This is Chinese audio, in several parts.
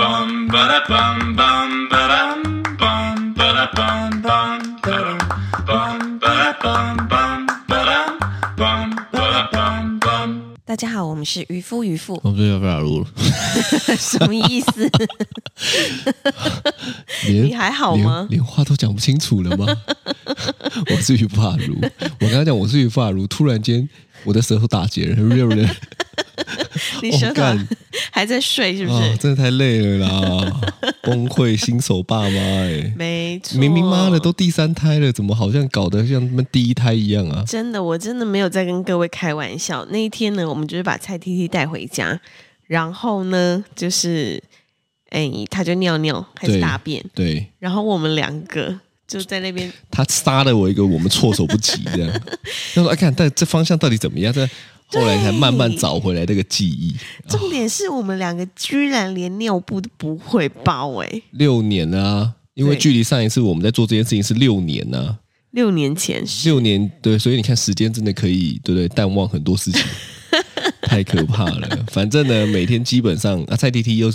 bum ba da bum bum ba dum bum ba da bum bum ba dum bum ba da bum bum ba dum bum ba da bum bum. 大家好，我们是渔夫渔妇， 我们这要不要录了？什么意 思？连你还好吗连连话都讲不清楚了吗？ 我是于发如，我刚刚讲我是于发如，突然间我的舌头打结了，热 人你舌头干 还在睡是不啊，是？真的太累了啦，崩溃新手爸妈哎、没错，明明妈的都第三胎了，怎么好像搞得像他们第一胎一样啊？真的，我真的没有在跟各位开玩笑。那一天呢，我们就是把蔡 T T 带回家，然后呢，就是哎，他就尿尿还是对大便，对然后我们两个就在那边他杀了我一个我们措手不及这 样，他说哎看，但这方向到底怎么样？但后来才慢慢对找回来这个记忆。重点是我们两个居然连尿布都不会包哎、六年啊，因为对距离上一次我们在做这件事情是六年啊，六年前是六年对，所以你看时间真的可以，对不对？淡忘很多 事情，太可怕了。反正呢，每天基本上啊，蔡 T T 又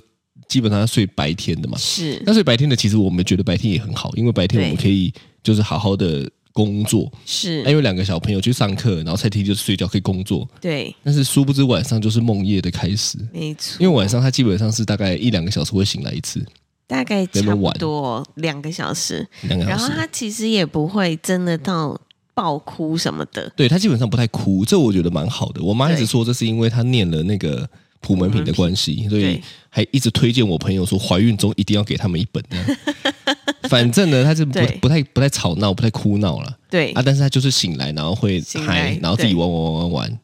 基本上要睡白天的嘛，是那睡白天的其实我们觉得白天也很好，因为白天我们对嗯可以就是好好的工作，是，那因为两个小朋友去上课，然后蔡 T T 就睡觉可以工作，对，但是殊不知晚上就是梦夜的开始。没错，因为晚上他基本上是大概一两个小时会醒来一次，大概那差边不玩多两个小时，两个小然时。后他其实也不会真的到爆哭什么的，对他基本上不太哭，这我觉得蛮好的。我妈一直说这是因为她念了那个普门品的关系，所以对还一直推荐我朋友说怀孕中一定要给他们一本这样。反正呢，他是不对不太不太吵闹，不太哭闹了对，啊，但是他就是醒来然后会醒来嗨，然后自己对玩玩玩玩玩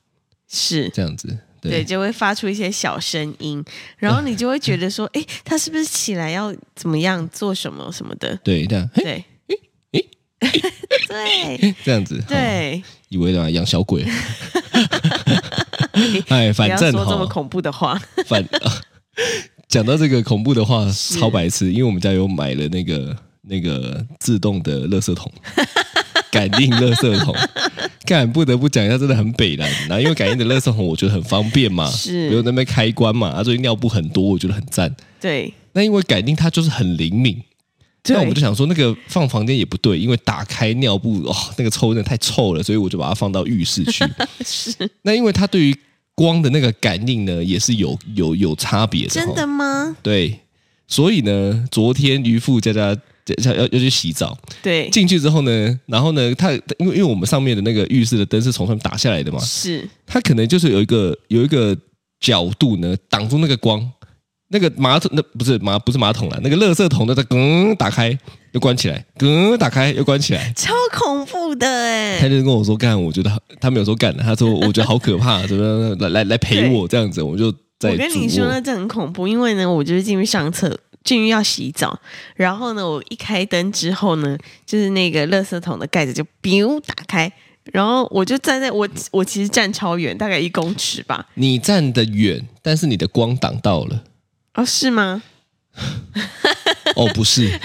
是。这样子。对，对就会发出一些小声音，然后你就会觉得 说，诶，他是不是起来要怎么样做什么什么的？对，这样嘿对，诶 对这样子，哦对，以为呢养小鬼。哎，不 反要正说这么哈，恐怖的话， 反讲到这个恐怖的话，超白痴，因为我们家有买了那个那个自动的垃圾桶，感应垃圾桶。干不得不讲一下，真的很北蓝。然后因为感应的垃圾桶，我觉得很方便嘛，是比如那边开关嘛，啊，最近尿布很多，我觉得很赞。对，那因为感应它就是很灵敏，对那我们就想说那个放房间也不对，因为打开尿布哦，那个抽真的太臭了，所以我就把它放到浴室去。 是那因为它对于光的那个感应呢，也是有有有差别的、哦，真的吗？对，所以呢，昨天渔夫佳佳要要要去洗澡，对，进去之后呢，然后呢，他因为因为我们上面的那个浴室的灯是从上面打下来的嘛，是他可能就是有一个有一个角度呢挡住那个光，那个马桶那不是马不是马桶啦，那个垃圾桶的它嗯打开又关起来，嗯打开又关起来。超恐怖的哎、他就跟我说干，我觉得好他没有说干，他说我觉得好可怕，怎么样来来来陪我这样子，我就在我跟你主说，卧那这很恐怖，因为呢，我就是进去上厕，进去要洗澡，然后呢，我一开灯之后呢，就是那个垃圾桶的盖子就 biu 打开，然后我就站在我我其实站超远，大概一公尺吧。你站得远，但是你的光挡到 了。哦，是吗？哦，不是，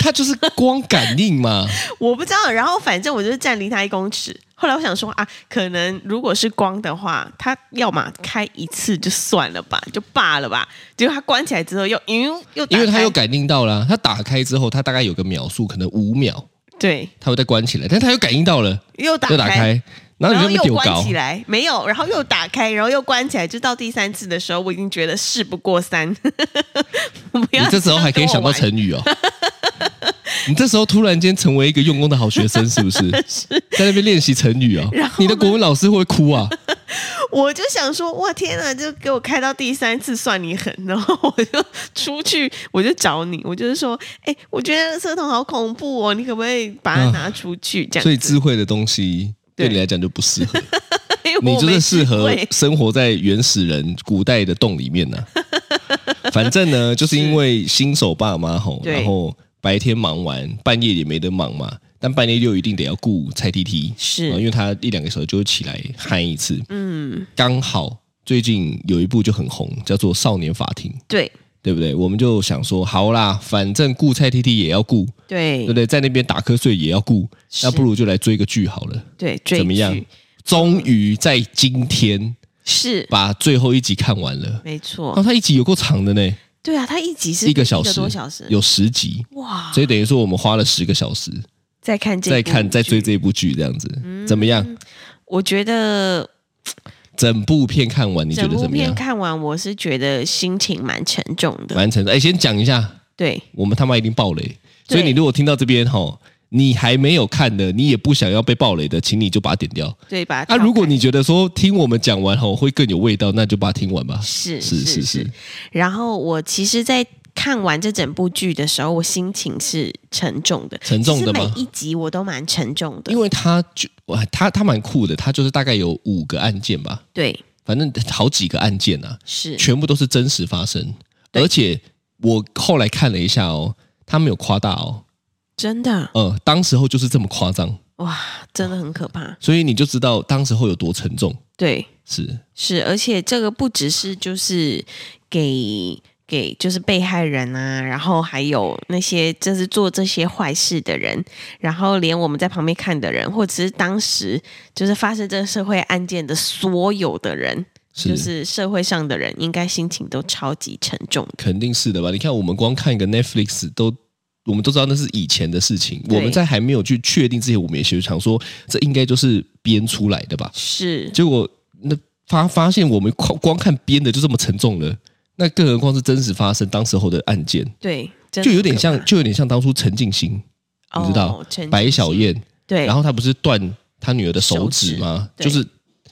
它就是光感应 嘛。我不知道。然后反正我就是站离它一公尺。后来我想说啊，可能如果是光的话，它要么开一次就算了吧，就罢了吧。结果它关起来之后又又又打因为它开有感应到啦，它打开之后，它大概有个秒数，可能五秒，对它会再关起来，但它又感应到了，又打又打开，然后然你后就那么又丢关高起，来，没有，然后又打开，然后又关起来，就到第三次的时候，我已经觉得事不过三。 我不你要这时候还可以想到成语哦。 你这时候突然间成为一个用功的好学 生，是不是？在那边练习成语哦然后。你的呢国文老师会不会哭啊？我就想说，哇天哪，就给我开到第三次算你狠， 然后我就出去，我就找你，我就是说，哎、我觉得垃圾桶好恐怖哦，你可不可以把它拿出去？这样子，所以智慧的东西对对你来讲就不适合， 因为我你就没智是适 合慧生活在原始人古代的洞里面 呢、反正呢，就是因为新手爸妈吼，对然后白天忙完，半夜也没得忙嘛。但半夜又一定得要顾蔡 T T，是因为他一两个小时就会起来嗨一次。嗯，刚好最近有一部就很红，叫做《少年法庭》，对对不对？我们就想说，好啦，反正顾蔡 T T 也要顾，对不对对？在那边打瞌睡也要顾，是那不如就来追个剧好了。对，追怎么样剧？终于在今天是把最后一集看完了。没错哦哦，，它一集有够长的呢，对啊，它一集是一个小时，多小时，有十集，哇！所以等于说我们花了十个小时再看这在部看在追剧，这部哦剧，这嗯样子、怎么样？我觉得整部片看完你觉整得部怎么样片？看完，我是觉得心情蛮沉重的。完成的。哎，先讲一下，对，我们他妈一定爆雷，对所以你如果听到这边吼，你还没有看的，你也不想要被爆雷的，请你就把它点掉。对吧？那、啊如果你觉得说听我们讲完吼会更有味道，那就把它听完吧。是是是是是，然后我其实，在看完这整部剧的时候，我心情是沉重的，沉重的其实吗每一集我都蛮沉重的，因为他就哇，他他蛮酷的，他就是大概有五个案件吧，对反正好几个案件啊，是全部都是真实发生，对而且我后来看了一下哦，他没有夸大哦，真的呃，当时候就是这么夸张，哇，真的很可怕。所以你就知道当时候有多沉重。对，是是，而且这个不只是就是给给就是被害人啊，然后还有那些就是做这些坏事的人，然后连我们在旁边看的人，或者是当时就是发生这个社会案件的所有的人，是，就是社会上的人，应该心情都超级沉重的。肯定是的吧？你看，我们光看一个 Netflix 都。我们都知道那是以前的事情，对我们在还没有去确定之前，我们也学常说这应该就是编出来的吧？是，结果那发发现我们光光看编的就这么沉重了，那更何况是真实发生当时候的案件，对，真就的有点可像怕就有点像当初陈静心，你知道哦、陈白静小心，燕，对，然后她不是断她女儿的手指吗？手指对就是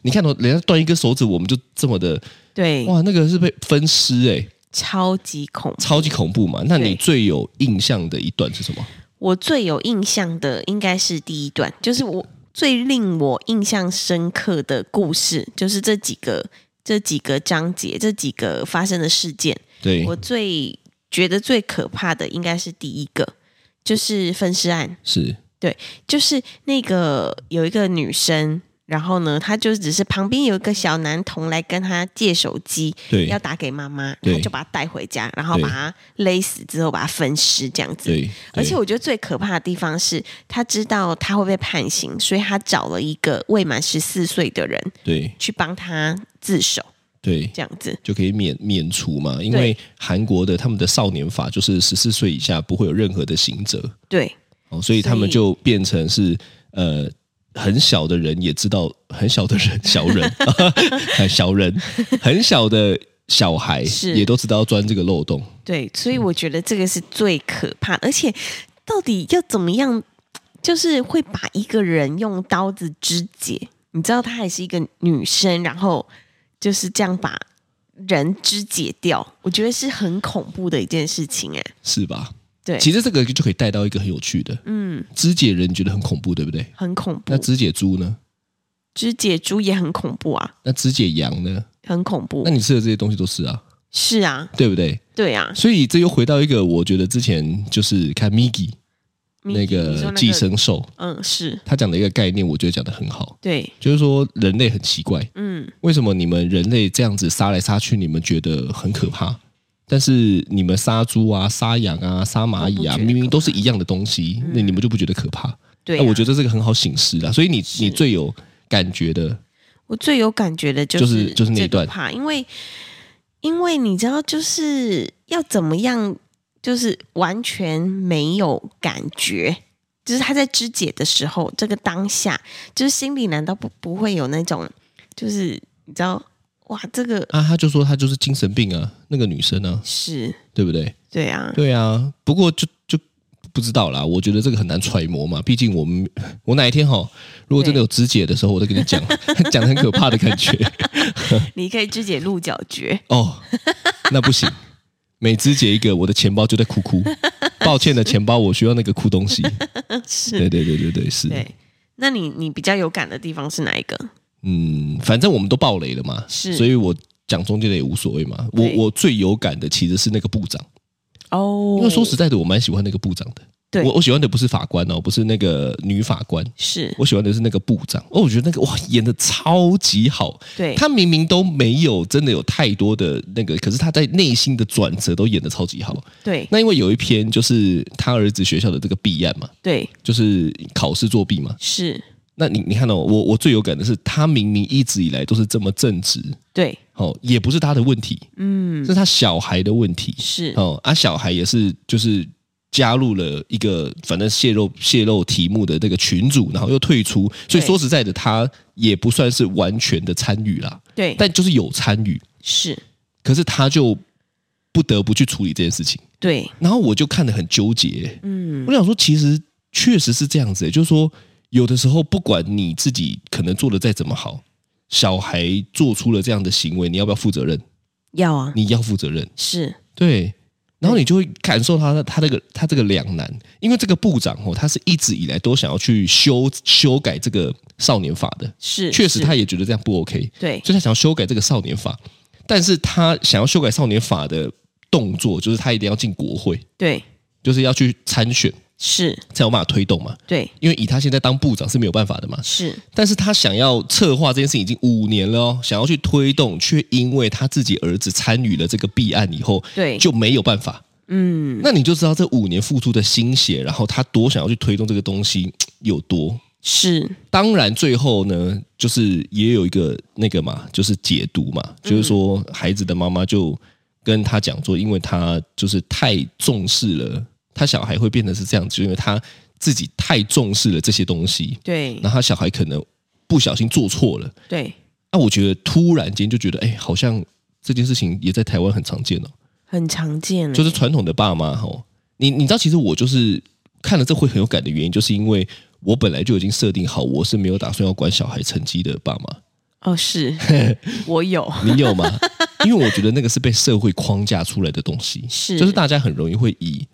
你看到哦人家断一根手指，我们就这么的对，哇，那个是被分尸哎、超级恐怖。超级恐怖嘛。那对你最有印象的一段是什么？我最有印象的应该是第一段，就是我最令我印象深刻的故事，就是这几个这几个章节，这几个发生的事件，对，我最觉得最可怕的应该是第一个，就是分尸案，是就是那个有一个女生。然后呢，她就只是旁边有一个小男童来跟她借手机，对要打给妈妈，对她就把她带回家，然后对把她勒死之后把她分尸这样子。对，而且对我觉得最可怕的地方是，他知道他会被判刑，所以他找了一个未满十四岁的人对去帮他自首，对。这样子。就可以免免除嘛，因对为韩国的他们的少年法就是十四岁以下不会有任何的刑责对哦，所以他所们以就变成是呃很小的人也知道很小的人 小人小人很小的小孩是也都知道要钻这个漏洞，对，所以我觉得这个是最可怕，而且到底要怎么样，就是会把一个人用刀子肢解，你知道她还是一个女生，然后就是这样把人肢解掉，我觉得是很恐怖的一件事情、哎，是吧？对，其实这个就可以带到一个很有趣的，嗯，肢解人你觉得很恐怖，对不对？很恐那怖，肢解猪呢？肢解猪也很恐怖啊。那肢解羊呢？很恐怖那。你吃的这些东西都是啊，是啊，对不对？对啊，所以这又回到一个，我觉得之前就是看 Migi 那 Miki，你说个那寄，生兽，嗯，是他讲的一个概念，我觉得讲的很好，对，就是说人类很奇怪，嗯，为什么你们人类这样子杀来杀去，你们觉得很可怕？但是你们杀猪啊、杀羊啊、杀蚂蚁啊，都不觉得可怕嗯明明都是一样的东西，那你们就不觉得可怕？对、啊那我觉得得这个很好醒示啦。所以你是你最有感觉的，我最有感觉的就就是就是那一段怕，因为因为你知道，就是要怎么样，就是完全没有感觉。就是他在肢解的时候，这个当下，就是心里难道不不会有那种，就是你知道，哇，这个啊，他就说他就是精神病啊，那个女生啊，是对不对？对啊，对啊，不过就就不知道啦，我觉得这个很难揣摩嘛，毕竟我们我哪一天哈，如果真的有肢解的时候，我再跟你讲， 讲得很可怕的感觉你可以肢解鹿角蕨，哦，那不行。每肢解一个，我的钱包就在哭哭。抱歉的钱包，我需要那个哭东西。 是对对对对对，是。对，那你你比较有感的地方是哪一个？嗯，反正我们都爆雷了嘛，是所以我讲中间的也无所谓嘛。我对我最有感的其实是那个部长，哦，因为说实在的，我蛮喜欢那个部长的。对我我喜欢的不是法官哦，不是那个女法官，是我喜欢的是那个部长。哦，我觉得那个哇演的超级好，对，他明明都没有真的有太多的那个，可是他在内心的转折都演的超级好。对那因为有一篇就是他儿子学校的这个弊案嘛，对就是考试作弊嘛。是，那你你看到、哦、我我最有感的是，他明明一直以来都是这么正直，对哦，也不是他的问题，嗯，是他小孩的问题。是，哦，啊，小孩也是就是加入了一个反正泄露泄露题目的那个群组，然后又退出，所对以说实在的，他也不算是完全的参与啦，对，但就是有参与，是，可是他就不得不去处理这件事情，对，然后我就看得很纠结，欸嗯，我想说，其实确实是这样子、欸就是说有的时候不管你自己可能做的再怎么好。小孩做出了这样的行为，你要不要负责任？要啊，你要负责任。是，对，然后你就会感受他的他这个他这个两难，因为这个部长哦，他是一直以来都想要去修修改这个少年法的，是，确实是他也觉得这样不 OK，对，所以他想要修改这个少年法，但是他想要修改少年法的动作就是他一定要进国会，对，就是要去参选是，才有办法推动嘛。对，因为以他现在当部长是没有办法的嘛，是，但是他想要策划这件事情已经五年了哦，想要去推动，却因为他自己儿子参与了这个弊案以后，对，就没有办法。嗯，那你就知道这五年付出的心血，然后他多想要去推动这个东西有多。是，当然，最后呢，就是也有一个那个嘛，就是解读嘛，就是说孩子的妈妈就跟他讲说，因为他就是太重视了，他小孩会变得是这样子，就因为他自己太重视了这些东西，对，然后他小孩可能不小心做错了。对，那我觉得突然间就觉得，哎，好像这件事情也在台湾很常见哦。很常见欸，就是传统的爸妈吼，你你知道，其实我就是看了这会很有感的原因，就是因为我本来就已经设定好，我是没有打算要管小孩成绩的爸妈。哦， 是我有，你有吗？ 因为我觉得那个是被社会框架出来的东西，是就是大家很容易会以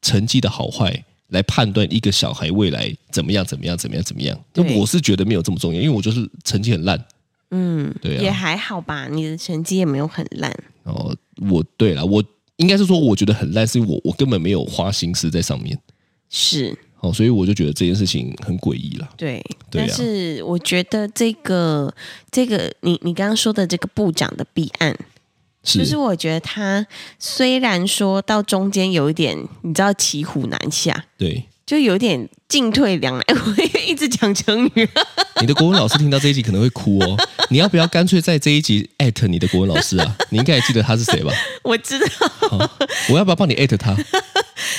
成绩的好坏来判断一个小孩未来怎么样怎么样怎么样怎么样。那对我是觉得没有这么重要，因为我就是成绩很烂。嗯，对啊也还好吧，你的成绩也没有很烂，哦，我对了，我应该是说我觉得很烂，是因为我我根本没有花心思在上面。是哦，所以我就觉得这件事情很诡异啦。对，对啊但是我觉得这个这个你你刚刚说的这个部长的弊案，是，就是我觉得他虽然说到中间有一点，你知道骑虎难下，对。就有点进退两难。 我一直讲成语，你的国文老师听到这一集可能会哭哦。 你要不要干脆在这一集艾特你的国文老师啊？你应该还记得他是谁吧？我知道我要不要帮你艾特他？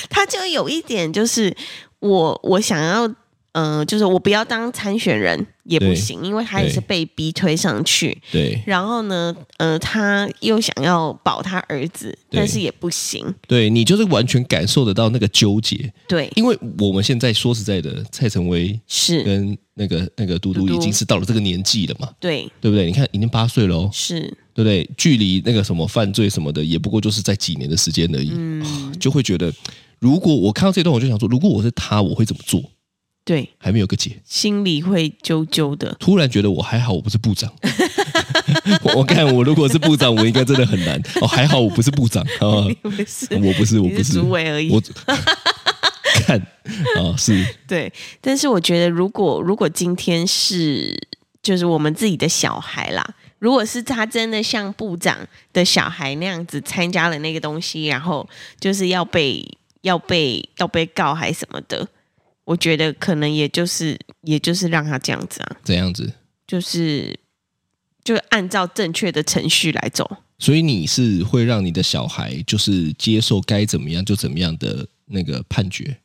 他就有一点就是我我想要，呃，就是我不要当参选人也不对行，因为他也对是被逼推上去。对然后呢，呃，他又想要保他儿子，对但是也不行。对，你就是完全感受得到那个纠结，对，因为我们现在说实在的，蔡成威是，跟那个那个嘟嘟嘟嘟已经是到了这个年纪了嘛，对，对不对？你看已经八岁了哦，是，对不对？距离那个什么犯罪什么的，也不过就是在几年的时间而已，嗯啊就会觉得，如果我看到这段，我就想说，如果我是他，我会怎么做？对，还没有个解。心里会揪揪的。突然觉得我还好，我不是部长。 我我看我如果是部长，我应该真的很难。哦，还好我不是 部长啊，不是，我不是，我你不是是，主委而已。我 看啊是对，但是我觉得，如果如果今天是就是我们自己的小孩啦，如果是他真的像部长的小孩那样子参加了那个东西，然后就是要被要被要被告还什么的，我觉得可能也就是也就是让他这样子啊，这样子。就是就按照正确的程序来走。所以你是会让你的小孩就是接受该怎么样就怎么样的那个判决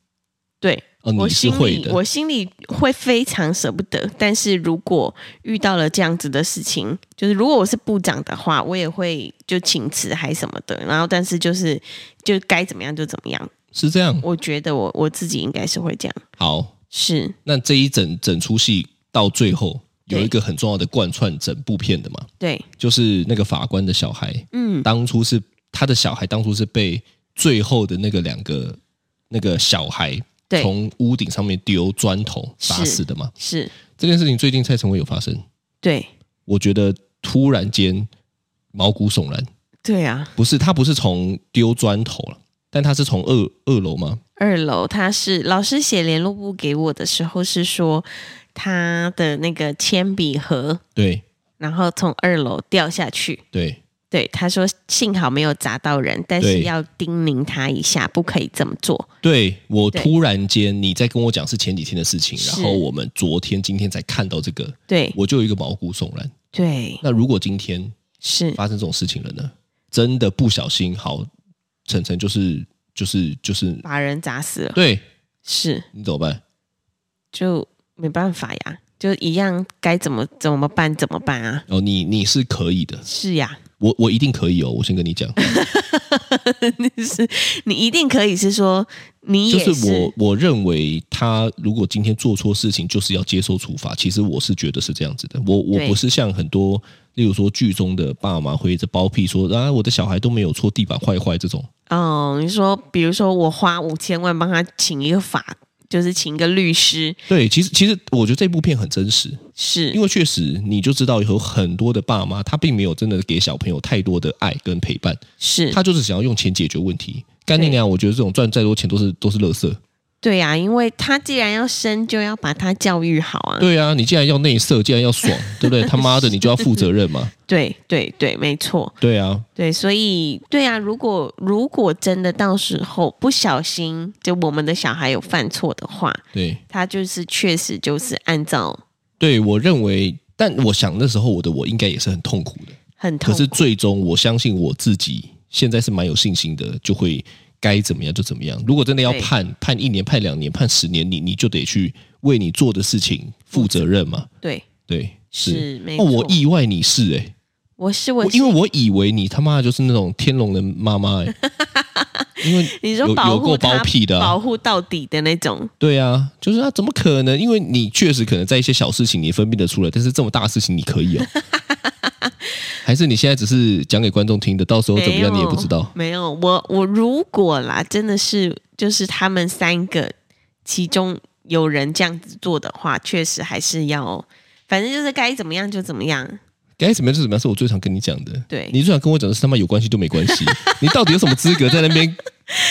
对，哦，我你是心会里的我心里会非常舍不得，但是如果遇到了这样子的事情，就是如果我是部长的话，我也会就请辞还什么的。然后，但是就是就该怎么样就怎么样，是这样。我觉得我我自己应该是会这样。好，是那这一整整出戏到最后有对一个很重要的贯穿整部片的嘛，对，就是那个法官的小孩，嗯，当初是他的小孩，当初是被最后的那个两个那个小孩对从屋顶上面丢砖头是打死的嘛。是，这件事情最近蔡成伟有发生，对，我觉得突然间毛骨悚然。对啊。不是他不是从丢砖头了，但他是从二二楼吗？二楼他是老师写联络簿给我的时候是说他的那个铅笔盒，对然后从二楼掉下去。对对，他说幸好没有砸到人，但是对要叮咛他一下，不可以这么做。对，我对突然间你在跟我讲是前几天的事情，是然后我们昨天今天才看到这个，对我就有一个毛骨悚然。对那如果今天是发生这种事情了呢？真的不小心，好，晨晨就是就是就是，把人砸死了，对是你怎么办？就没办法呀，就一样该怎么怎么办怎么办啊？哦，你你是可以的，是呀， 我我一定可以哦，我先跟你讲，是你一定可以是说你就也是我我认为他如果今天做错事情，就是要接受处罚。其实我是觉得是这样子的，我我对不是像很多，例如说剧中的爸妈会一直包庇说啊我的小孩都没有错，地板坏坏这种，哦，你说比如说我花五千万帮他请一个法，就是请一个律师，对，其实其实我觉得这部片很真实，是因为确实你就知道有很多的爸妈他并没有真的给小朋友太多的爱跟陪伴，是他就是想要用钱解决问题。干你娘！我觉得这种赚再多钱都是都是垃圾。嗯对呀、因为他既然要生，就要把他教育好啊。对啊，你既然要内射，既然 要爽，对不对？他妈的，你就要负责任嘛。对对对，没错，对啊，对，所以对啊，如果如果真的到时候不小心，就我们的小孩有犯错的话，对他就是确实就是按照对，我认为，但我想那时候我的我应该也是很痛苦的。很痛可苦，是最终，我相信我自己现在是蛮有信心的，就会该怎么样就怎么样。如果真的要对判判一年、判两年、判十年，你你就得去为你做的事情负责任嘛。对，对，是。是没哦，错。我意外你是哎、欸我是我我是，因为我以为你他妈就是那种天龙人妈妈 哎、欸因为你说有保有护够他包庇的啊保护到底的那种，对啊，就是啊，怎么可能？因为你确实可能在一些小事情你分辨得出来，但是这么大的事情你 可以哦。还是你现在只是讲给观众听的，到时候怎么样你也不知道。没有，我我如果啦，真的是就是他们三个其中有人这样子做的话，确实还是要，反正就是该怎么样就怎么样。该怎么样就怎么样，是我最常跟你讲的。对你最常跟我讲的是他妈有关系就没关系，你到底有什么资格在那边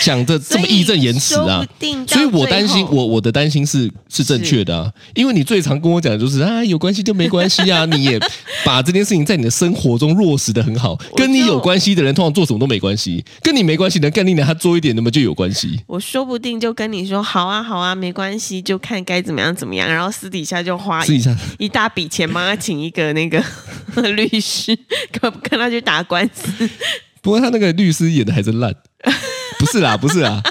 讲的这么义正言 辞所以啊说？不定到所以我最担心，后我我的担心是是正确的啊，因为你最常跟我讲的就是啊，有关系就没关系 啊，你也把这件事情在你的生活中落实的很好。就跟你有关系的人，通常做什么都没关系；跟你没关系的人，干你娘，他做一点，那么就有关系。我说不定就跟你说好啊好啊，没关系，就看该怎么样怎么样，然后私底下就花试一一下，一大笔钱帮他请一个那个 律师，跟跟他去打官司。不过他那个律师演的还真烂， 不是啦，不是啦，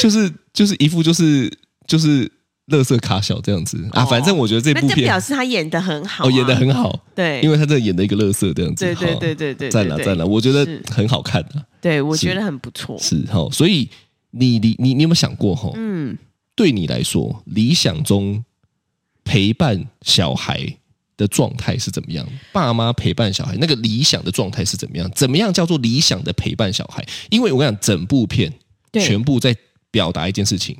就是就是一副就是就是乐色卡小这样子啊。哦反正我觉得这那部这片表示他演的很好、啊，哦演的很好，对，因为他真的演的一个乐色这样子。对对好对对对，赞了对赞了，，我觉得是很好看啊。对我是觉得很不错。是哈、所以你你你你有没有想过哈、嗯，对你来说，理想中陪伴小孩的状态是怎么样？爸妈陪伴小孩那个理想的状态是怎么样？怎么样叫做理想的陪伴小孩？因为我跟你讲，整部片对全部在表达一件事情，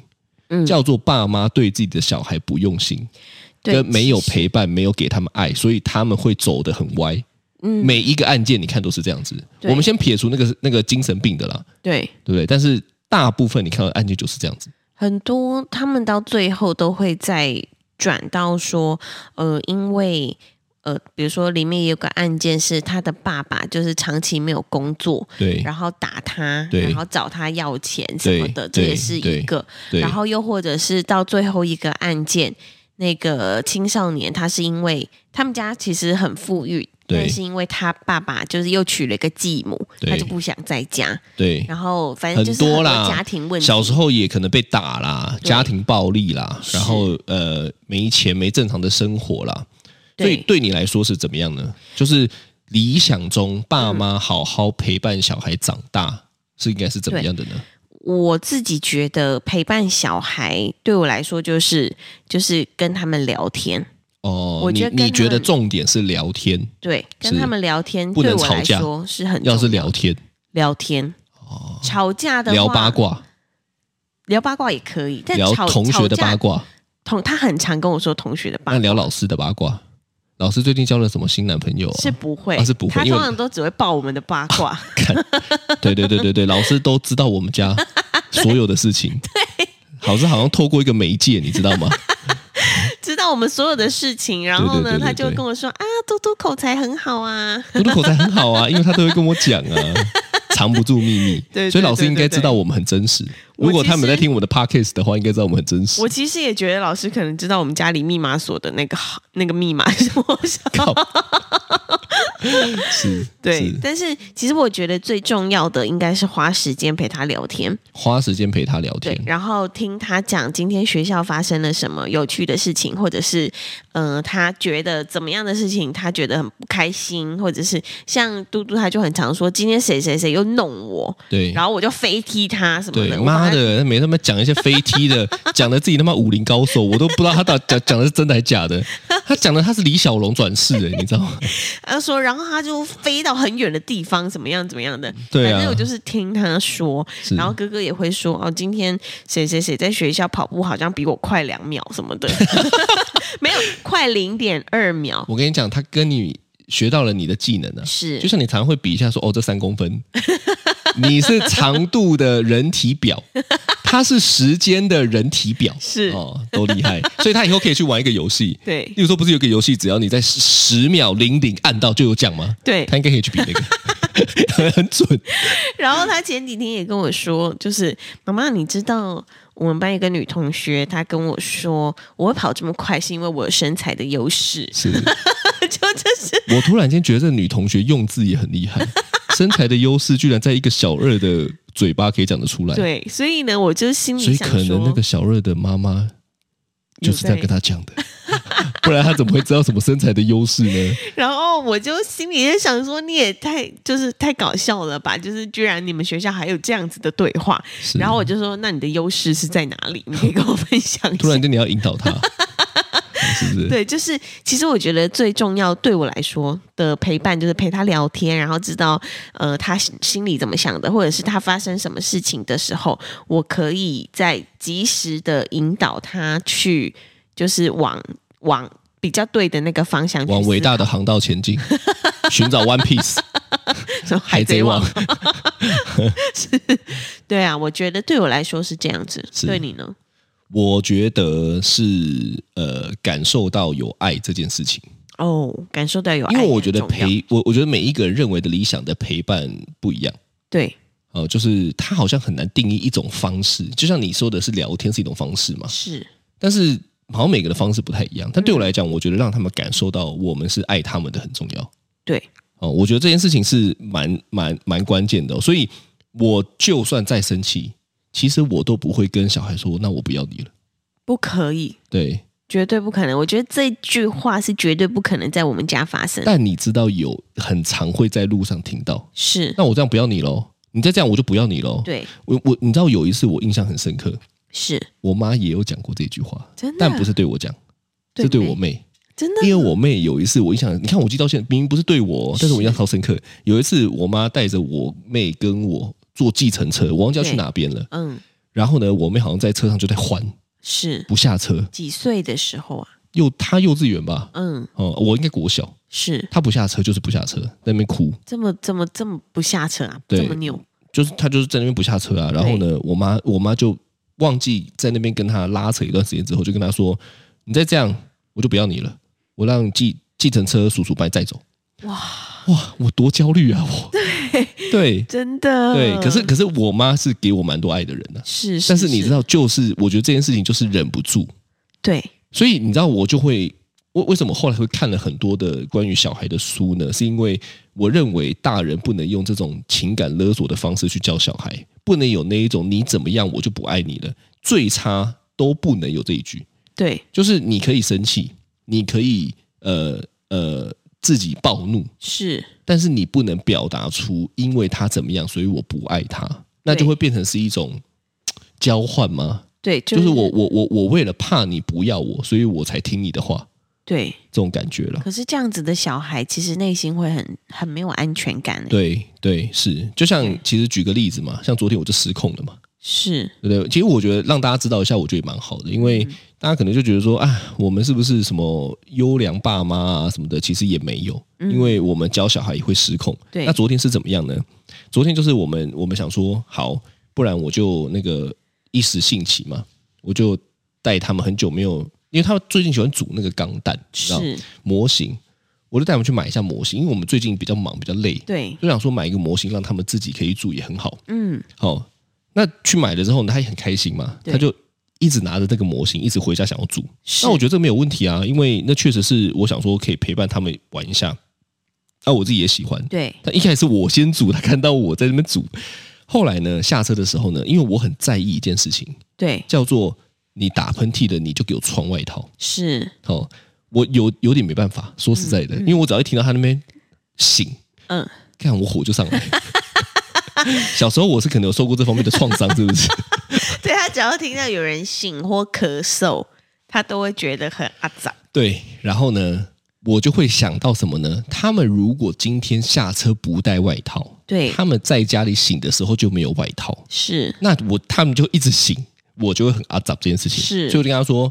嗯叫做爸妈对自己的小孩不用心，对跟没有其实陪伴，没有给他们爱，所以他们会走得很歪。嗯每一个案件你看都是这样子。对我们先撇除那个那个精神病的啦，对对不对？但是大部分你看到的案件就是这样子，很多他们到最后都会再转到说，呃，因为呃，比如说里面有个案件是他的爸爸就是长期没有工作，对然后打他，对然后找他要钱什么的，这对也是一个。对然后又或者是到最后一个案件，那个青少年他是因为他们家其实很富裕，对但是因为他爸爸就是又娶了一个继母，对他就不想在家，对，然后反正就是很多多啦家庭问题，小时候也可能被打啦，对家庭暴力啦，是然后呃没钱没正常的生活啦，所以对对你来说是怎么样呢？就是理想中爸妈好好陪伴小孩长大。是应该是怎么样的呢？我自己觉得陪伴小孩对我来说就是就是跟他们聊天，哦，我觉得你跟你觉他得们重点是聊天，对，跟是他们聊天不对能我来吵架说是很要是重要聊天聊天。吵架的话聊八，卦，聊八卦也可以，但聊吵同学的八，吵架卦，同他很常跟我说同学的八那卦，聊老师的八卦。老师最近交了什么新男朋友、啊？是不会，啊是不会他因为通常都只会爆我们的八 卦。对对对对对，老师都知道我 们家所有的事情。对，老师好像透过一个媒介，你知道吗？知道我们所有的事情，然后对对呢，对对他就跟我说啊，嘟嘟口才很好啊， 嘟嘟口才很好啊，因为他都会跟我讲啊。藏不住秘密。对对所以老师应该知对道对对我们很真实。我如果他其们实在听我们的 podcast 的话，应该知道我们很真实我。其实也觉得老师可能知道我们家里密码锁的那个号那个密码是多少。 靠，是，对是，但是其实我觉得最重要的应该是花时间陪他聊天，花时间陪他聊天对，，然后听他讲今天学校发生了什么有趣的事情，或者是呃，他觉得怎么样的事情，他觉得很不开心，或者是像嘟嘟他就很常说今天谁谁谁又弄我，对。然后我就飞踢他什么对，的，我把妈他，的，每他妈讲一些飞踢 的，讲的自己他妈武林高手，我都不知道他到底讲讲的是真的还是假的。他讲的他是李小龙转世的，你知道吗？他就说，然后他就飞到很远的地方，怎么样怎么样的，对啊反正我就是听他说，是然后哥哥也会说哦，今天谁谁谁在学校跑步好像比我快两秒什 么的，没有快零点二秒。我跟你讲，他跟你学到了你的技能啊，是就像你常会比一下说，哦，这三公分， 你是长度的人体表，它是时间的人体表，是哦，都厉害，所以他以后可以去玩一个游戏，对例如说不是有个游戏，只要你在十秒零零按到就有奖吗？ 对他应该可以去比那个， 很准，然后他前几天也跟我说，就是妈妈，你知道我们班有个女同学，她跟我说，我会跑这么快是因为我有身材的优势，是。 就就是我突然间觉得这女同学用字也很厉害，身材的优势居然在一个小二的嘴巴可以讲得出来，对，所以呢，我就心所里嗯以想可能那说个，小二的妈妈有就是这样在跟他讲的， 不然他怎么会知道什么身材的优 势呢？然后我就心里也想说，你也太就是太搞笑了吧，就是居然你们学校还有这样子的对话，是然后我就说，那你的优势是在哪里？你可以跟我分享一 突下然。间你要引 导他，是不是？对，就是其实我觉得最重要对我来说的陪伴，就是陪他聊天，然后知道呃他心心里怎么想的，或者是他发生什么事情的时候，我可以在及时的引导他去，就是往往比较对的那个方向去往思伟 大的航道前进， 寻找 One Piece 什么 海海贼贼王。对啊，我觉得对我来说是这样子，是对你呢？我觉得是呃，感受到有爱这件事情，哦，感受到有爱因很重要，为我觉得陪我，我觉得每一个人认为的理想的陪伴不一样。对呃，就是他好像很难定义一种方式，就像你说的是聊天是一种方式嘛，是但是好像每个的方式不太一样。但对我来讲，我觉得让他们感受到我们是爱他们的很重要。对哦，我觉得这件事情是蛮蛮蛮关键的哦、所以我就算再生气，其实我都不会跟小孩说“那我不要你了不可以。”。对，绝对不可能！我觉得这句话是绝对不可能在我们家发生。但你知道有很常会在路上听到是“那我这样不要你喽”，你再这样我就不要你喽。对，我我你知道有一次我印象很深刻，是我妈也有讲过这句话，真的，但不是对我讲，是对我妹，妹。真的，啊因为我妹有一次，我印象，你看我记到现在，明明不是对我哦，但是我印象超深刻。有一次，我妈带着我妹跟我坐计程车，我忘记要去对哪边了。嗯，然后呢，我妹好像在车上就在欢，是不下车。几岁的时候啊？幼她幼稚园吧，嗯，哦、我应该国小，是她不下车就是不下车，在那边哭，这么这么这么不下车啊，对这么扭，就是她就是在那边不下车啊。然后呢，我妈我妈就忘记在那边跟她拉扯一段时间之后，就跟她说：“你再这样，我就不要你了，我让计计程车叔叔把你载走。”哇，哇，我多焦虑啊！我对对真的，对，可是可是我妈是给我蛮多爱的人的、嗯是，但是你知，道，就是我觉得这件事情就是忍不住，对，所以你知道我就会为为什么后来会看了很多的关于小孩的书呢？是因为我认为大人不能用这种情感勒索的方式去教小孩，不能有那一种你怎么样我就不爱你了，最差都不能有这一句，对，就是你可以生气，你可以呃呃自己暴怒，是但是你不能表达出因为他怎么样，所以我不爱他，那就会变成是一种嘖交换吗？对，就是我我我我为了怕你不要我，所以我才听你的话，对。这种感觉了。可是这样子的小孩，其实内心会很很没有安全感。，欸对对，是，就像对其实举个例子嘛，像昨天我就失控了嘛，是对不对？其实我觉得让大家知道一下，我觉得也蛮好的，因嗯为大家可能就觉得说啊，我们是不是什么优良爸妈啊什么的？其实也没有，因为我们教小孩也会失控。嗯对那昨天是怎么样呢？昨天就是我们我们想说，好，不然我就那个一时兴起嘛，我就带他们很久没有，因为他们最近喜欢煮那个钢蛋，你知道是，模型。我就带他们去买一下模型，因为我们最近比较忙，比较累，对，就想说买一个模型让他们自己可以住也很好。嗯，好，那去买了之后呢，他也很开心嘛，对他就一直拿着那个模型，一直回家想要住。是那我觉得这没有问题啊，因为那确实是我想说可以陪伴他们玩一下，那、我自己也喜欢。对，但一开始我先煮，他看到我在那边煮，后来呢下车的时候呢，因为我很在意一件事情，对，叫做你打喷嚏的你就给我穿外套。是，哦，我有有点没办法，说实在的，因为我只要一听到他那边醒，嗯，看我火就上来。 小时候我是可能有受过这方面的创伤，是不是？ 对他只要听到有人醒或咳嗽，他都会觉得很阿杂。对，然后呢，我就会想到什么呢？他们如果今天下车不带外套，对他们在家里醒的时候就没有外套，是那我他们就一直醒，我就会很阿杂这件事情。是所以我就跟他说：“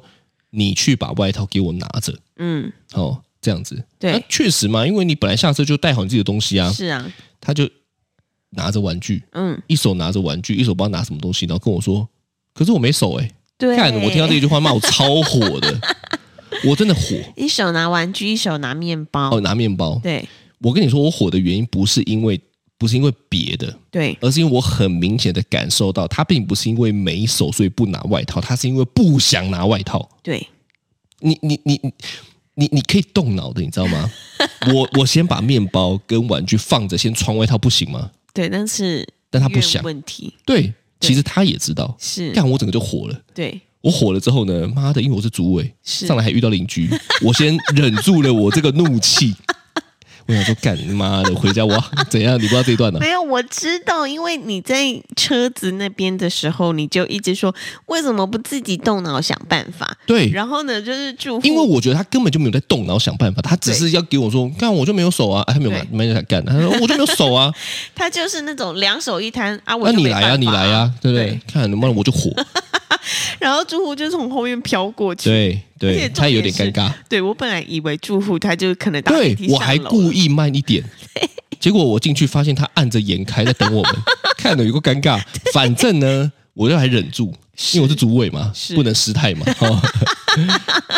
你去把外套给我拿着。嗯，”哦，这样子。对那确实嘛，因为你本来下车就带好你自己的东西啊。是啊，他就拿着玩具，嗯，一手拿着玩具，一手不知道拿什么东西，然后跟我说：“可是我没手哎、欸。”对。看我听到这句话，骂我超火的，我真的火。一手拿玩具，一手拿面包，哦，拿面包。对我跟你说，我火的原因不是因为不是因为别的，对而是因为我很明显的感受到，他并不是因为没手所以不拿外套，他是因为不想拿外套。对，你你你你你你可以动脑的，你知道吗？我我先把面包跟玩具放着，先穿外套不行吗？对，但是但他不愿想问题对，其实他也知道，是干我整个就火了。对我火了之后呢，妈的，因为我是主委，是上来还遇到邻居， 我先忍住了我这个 怒气。我想说，干妈的，回家我要怎样？你不知道这一 段呢、啊没有，我知道，因为你在车子那边的时候，你就一直说为什么不自己动脑想办法。对，然后呢，就是住户，哎因为我觉得他根本就没有在动脑想办法，他只是要给我说，干我就没有手啊，哎他没有对没有想干，他说我就没有手啊，他就是那种两手一摊啊， 我那就你没来啊，办你法来，啊，对不对？对看能不能我就 火，然后住户就从后面飘过去。对而且对，重他也有点点尴是尬，对我本来以为住户他就可能打对电梯我上还楼故了意慢 一点，结果我进去发现他按着眼开在 等我们，看了有个尴尬。反正呢，我就还忍住，因为我是主委嘛是，不能失态嘛。哦、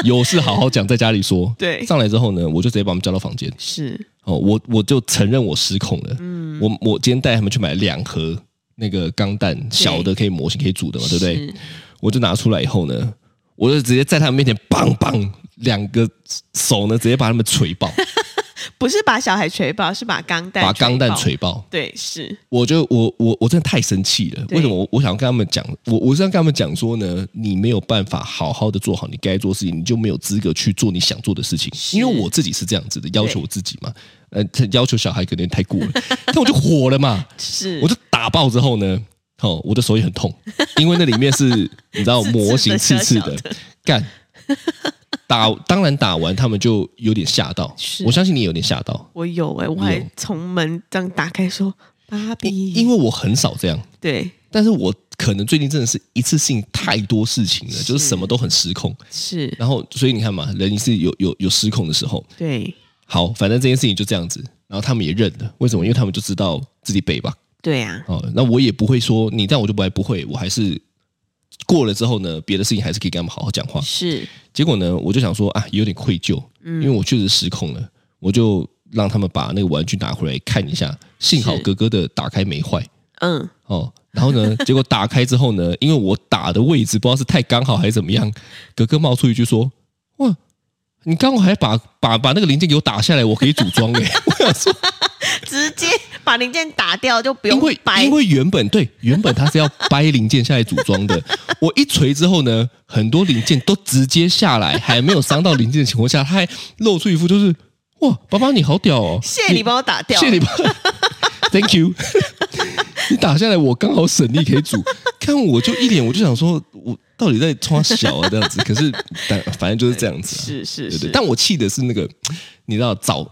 有事好好讲，在家里说。对上来之后呢，我就直接把我们叫到房间。是哦，我我就承认我失控了。嗯，我我今天带他们去买两盒那个钢弹，小的可以模型可以煮的嘛，对不对？是我就拿出来以后呢，我就直接在他们面前棒棒两个手呢，直接把他们锤爆。不是把小孩锤爆，是把钢蛋把钢蛋爆锤爆，对是我就我我我真的太生气了。对为什么我我想要跟他们讲，我我是要跟他们讲说呢，你没有办法好好的做好你该做的事情，你就没有资格去做你想做的事情。是因为我自己是这样子的，要求我自己嘛，呃，这要求小孩可能太 过了，但我就火了嘛，是，我就打爆之后呢，哦，我的手也很痛，因为那里 面是你知道刺刺的模型刺刺小的小的，干。打当然打完，他们就有点吓到是。我相信你也有点吓到，我有哎、我你有还从门这样打开说芭比，因为我很少这样。对但是我可能最近真的是一次性太多事情了，就是什么都很失控。是，然后，所以你看嘛，人是有有有失控的时候。对好，反正这件事情就这样子。然后他们也认了，为什么？因为他们就知道自己背吧。对啊，哦，那我也不会说你，但我就不还不会，我还是过了之后呢，别的事情还是可以跟他们好好讲话。是结果呢，我就想说啊，有点愧疚，因为我确实失控了，我就让他们把那个玩具拿回来看一下。幸好是哥哥的打开没坏，嗯哦，然后 呢，结果打开之后呢，因为我打的位置不知道是太刚好还是怎么样，格格冒出一句说：“哇，你刚好还把把把那个零件给我打下来，我可以组装诶、 我想说，直接把零件打掉就不因用为掰，因为原本对原本它是要掰零件下来组 装的，我一锤之后呢，很多零件都直接下来，还没有伤到零件的情况下，他还露出一副就是哇，爸爸你好屌哦，谢谢你帮我打掉，谢谢你吧 ，Thank you 。 你打下来，我刚好省力可 以煮。看我就一脸，我就想说，我到底在冲他小啊这样子？可是但反正就是这样子、啊，是是对是，对。但我气的是那个，你知道找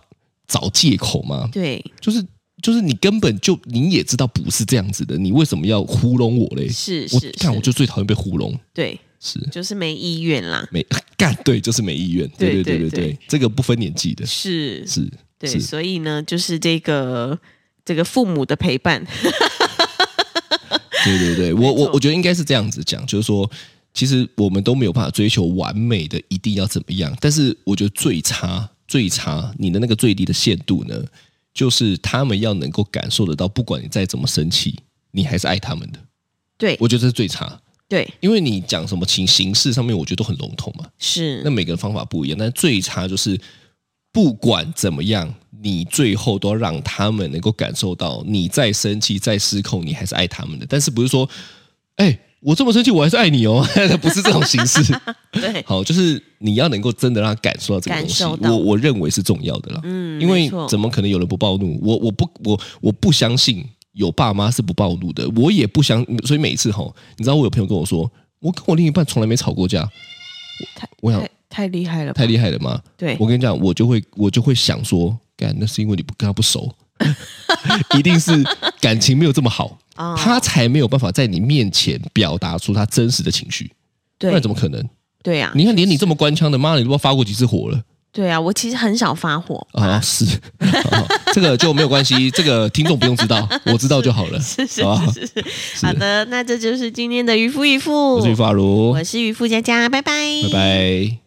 找借口吗？对就是就是你根本就你也知道不是这样子的，你为什么要糊弄我嘞？是我是看是我就最讨厌被糊弄，对，是就是没意愿啦，没 干对，就是没意愿，对对对对对对对，这个不分年纪的，是是对，是所以呢，就是这个这个父母的陪伴，对对对，我没错我我觉得应该是这样子讲，就是说，其实我们都没有办法追求完美的，一定要怎么样。但是我觉得最差最差，你的那个最低的限度呢，就是他们要能够感受得到，不管你再怎么生气，你还是爱他们的。对我觉得这是最差，对因为你讲什么情形式上面，我觉得都很笼统嘛。那是，每个人方法不一样，但最差就是不管怎么样，你最后都要让他们能够感受到，你再生气、再失控，你还是爱他们的。但是不是说，哎、我这么生气，我还是爱你哦？ 不是这种形式。对，好，就是你要能够真的让他感受到这个东西，感受到我我认为是重要的啦。嗯，因没为错怎么可能有人不暴怒？我我不我我不相信有爸妈是不暴怒的，我也不相，所以每次吼，你知道我有朋友跟我说，我跟我另一半从来没吵过架，太我想太太厉害了吧，太厉害了吗？对我跟你讲，我就会我就会想说，干那是因为你不跟他不熟， 一定是感情没有这么好，啊，他才没有办法在你面前表达出他真实的情绪，不对然怎么可能？对啊，你看，连你这么官腔的，妈，你都不知道发过几次火 了对啊，我其实很少发火， 啊！是， 好这个就没有关系，这个听众不用知道，我知道就好 了。是是好吧是是是，好的，那这就是今天的渔夫渔妇，我是于发如，我是渔夫佳佳，拜拜，拜。拜。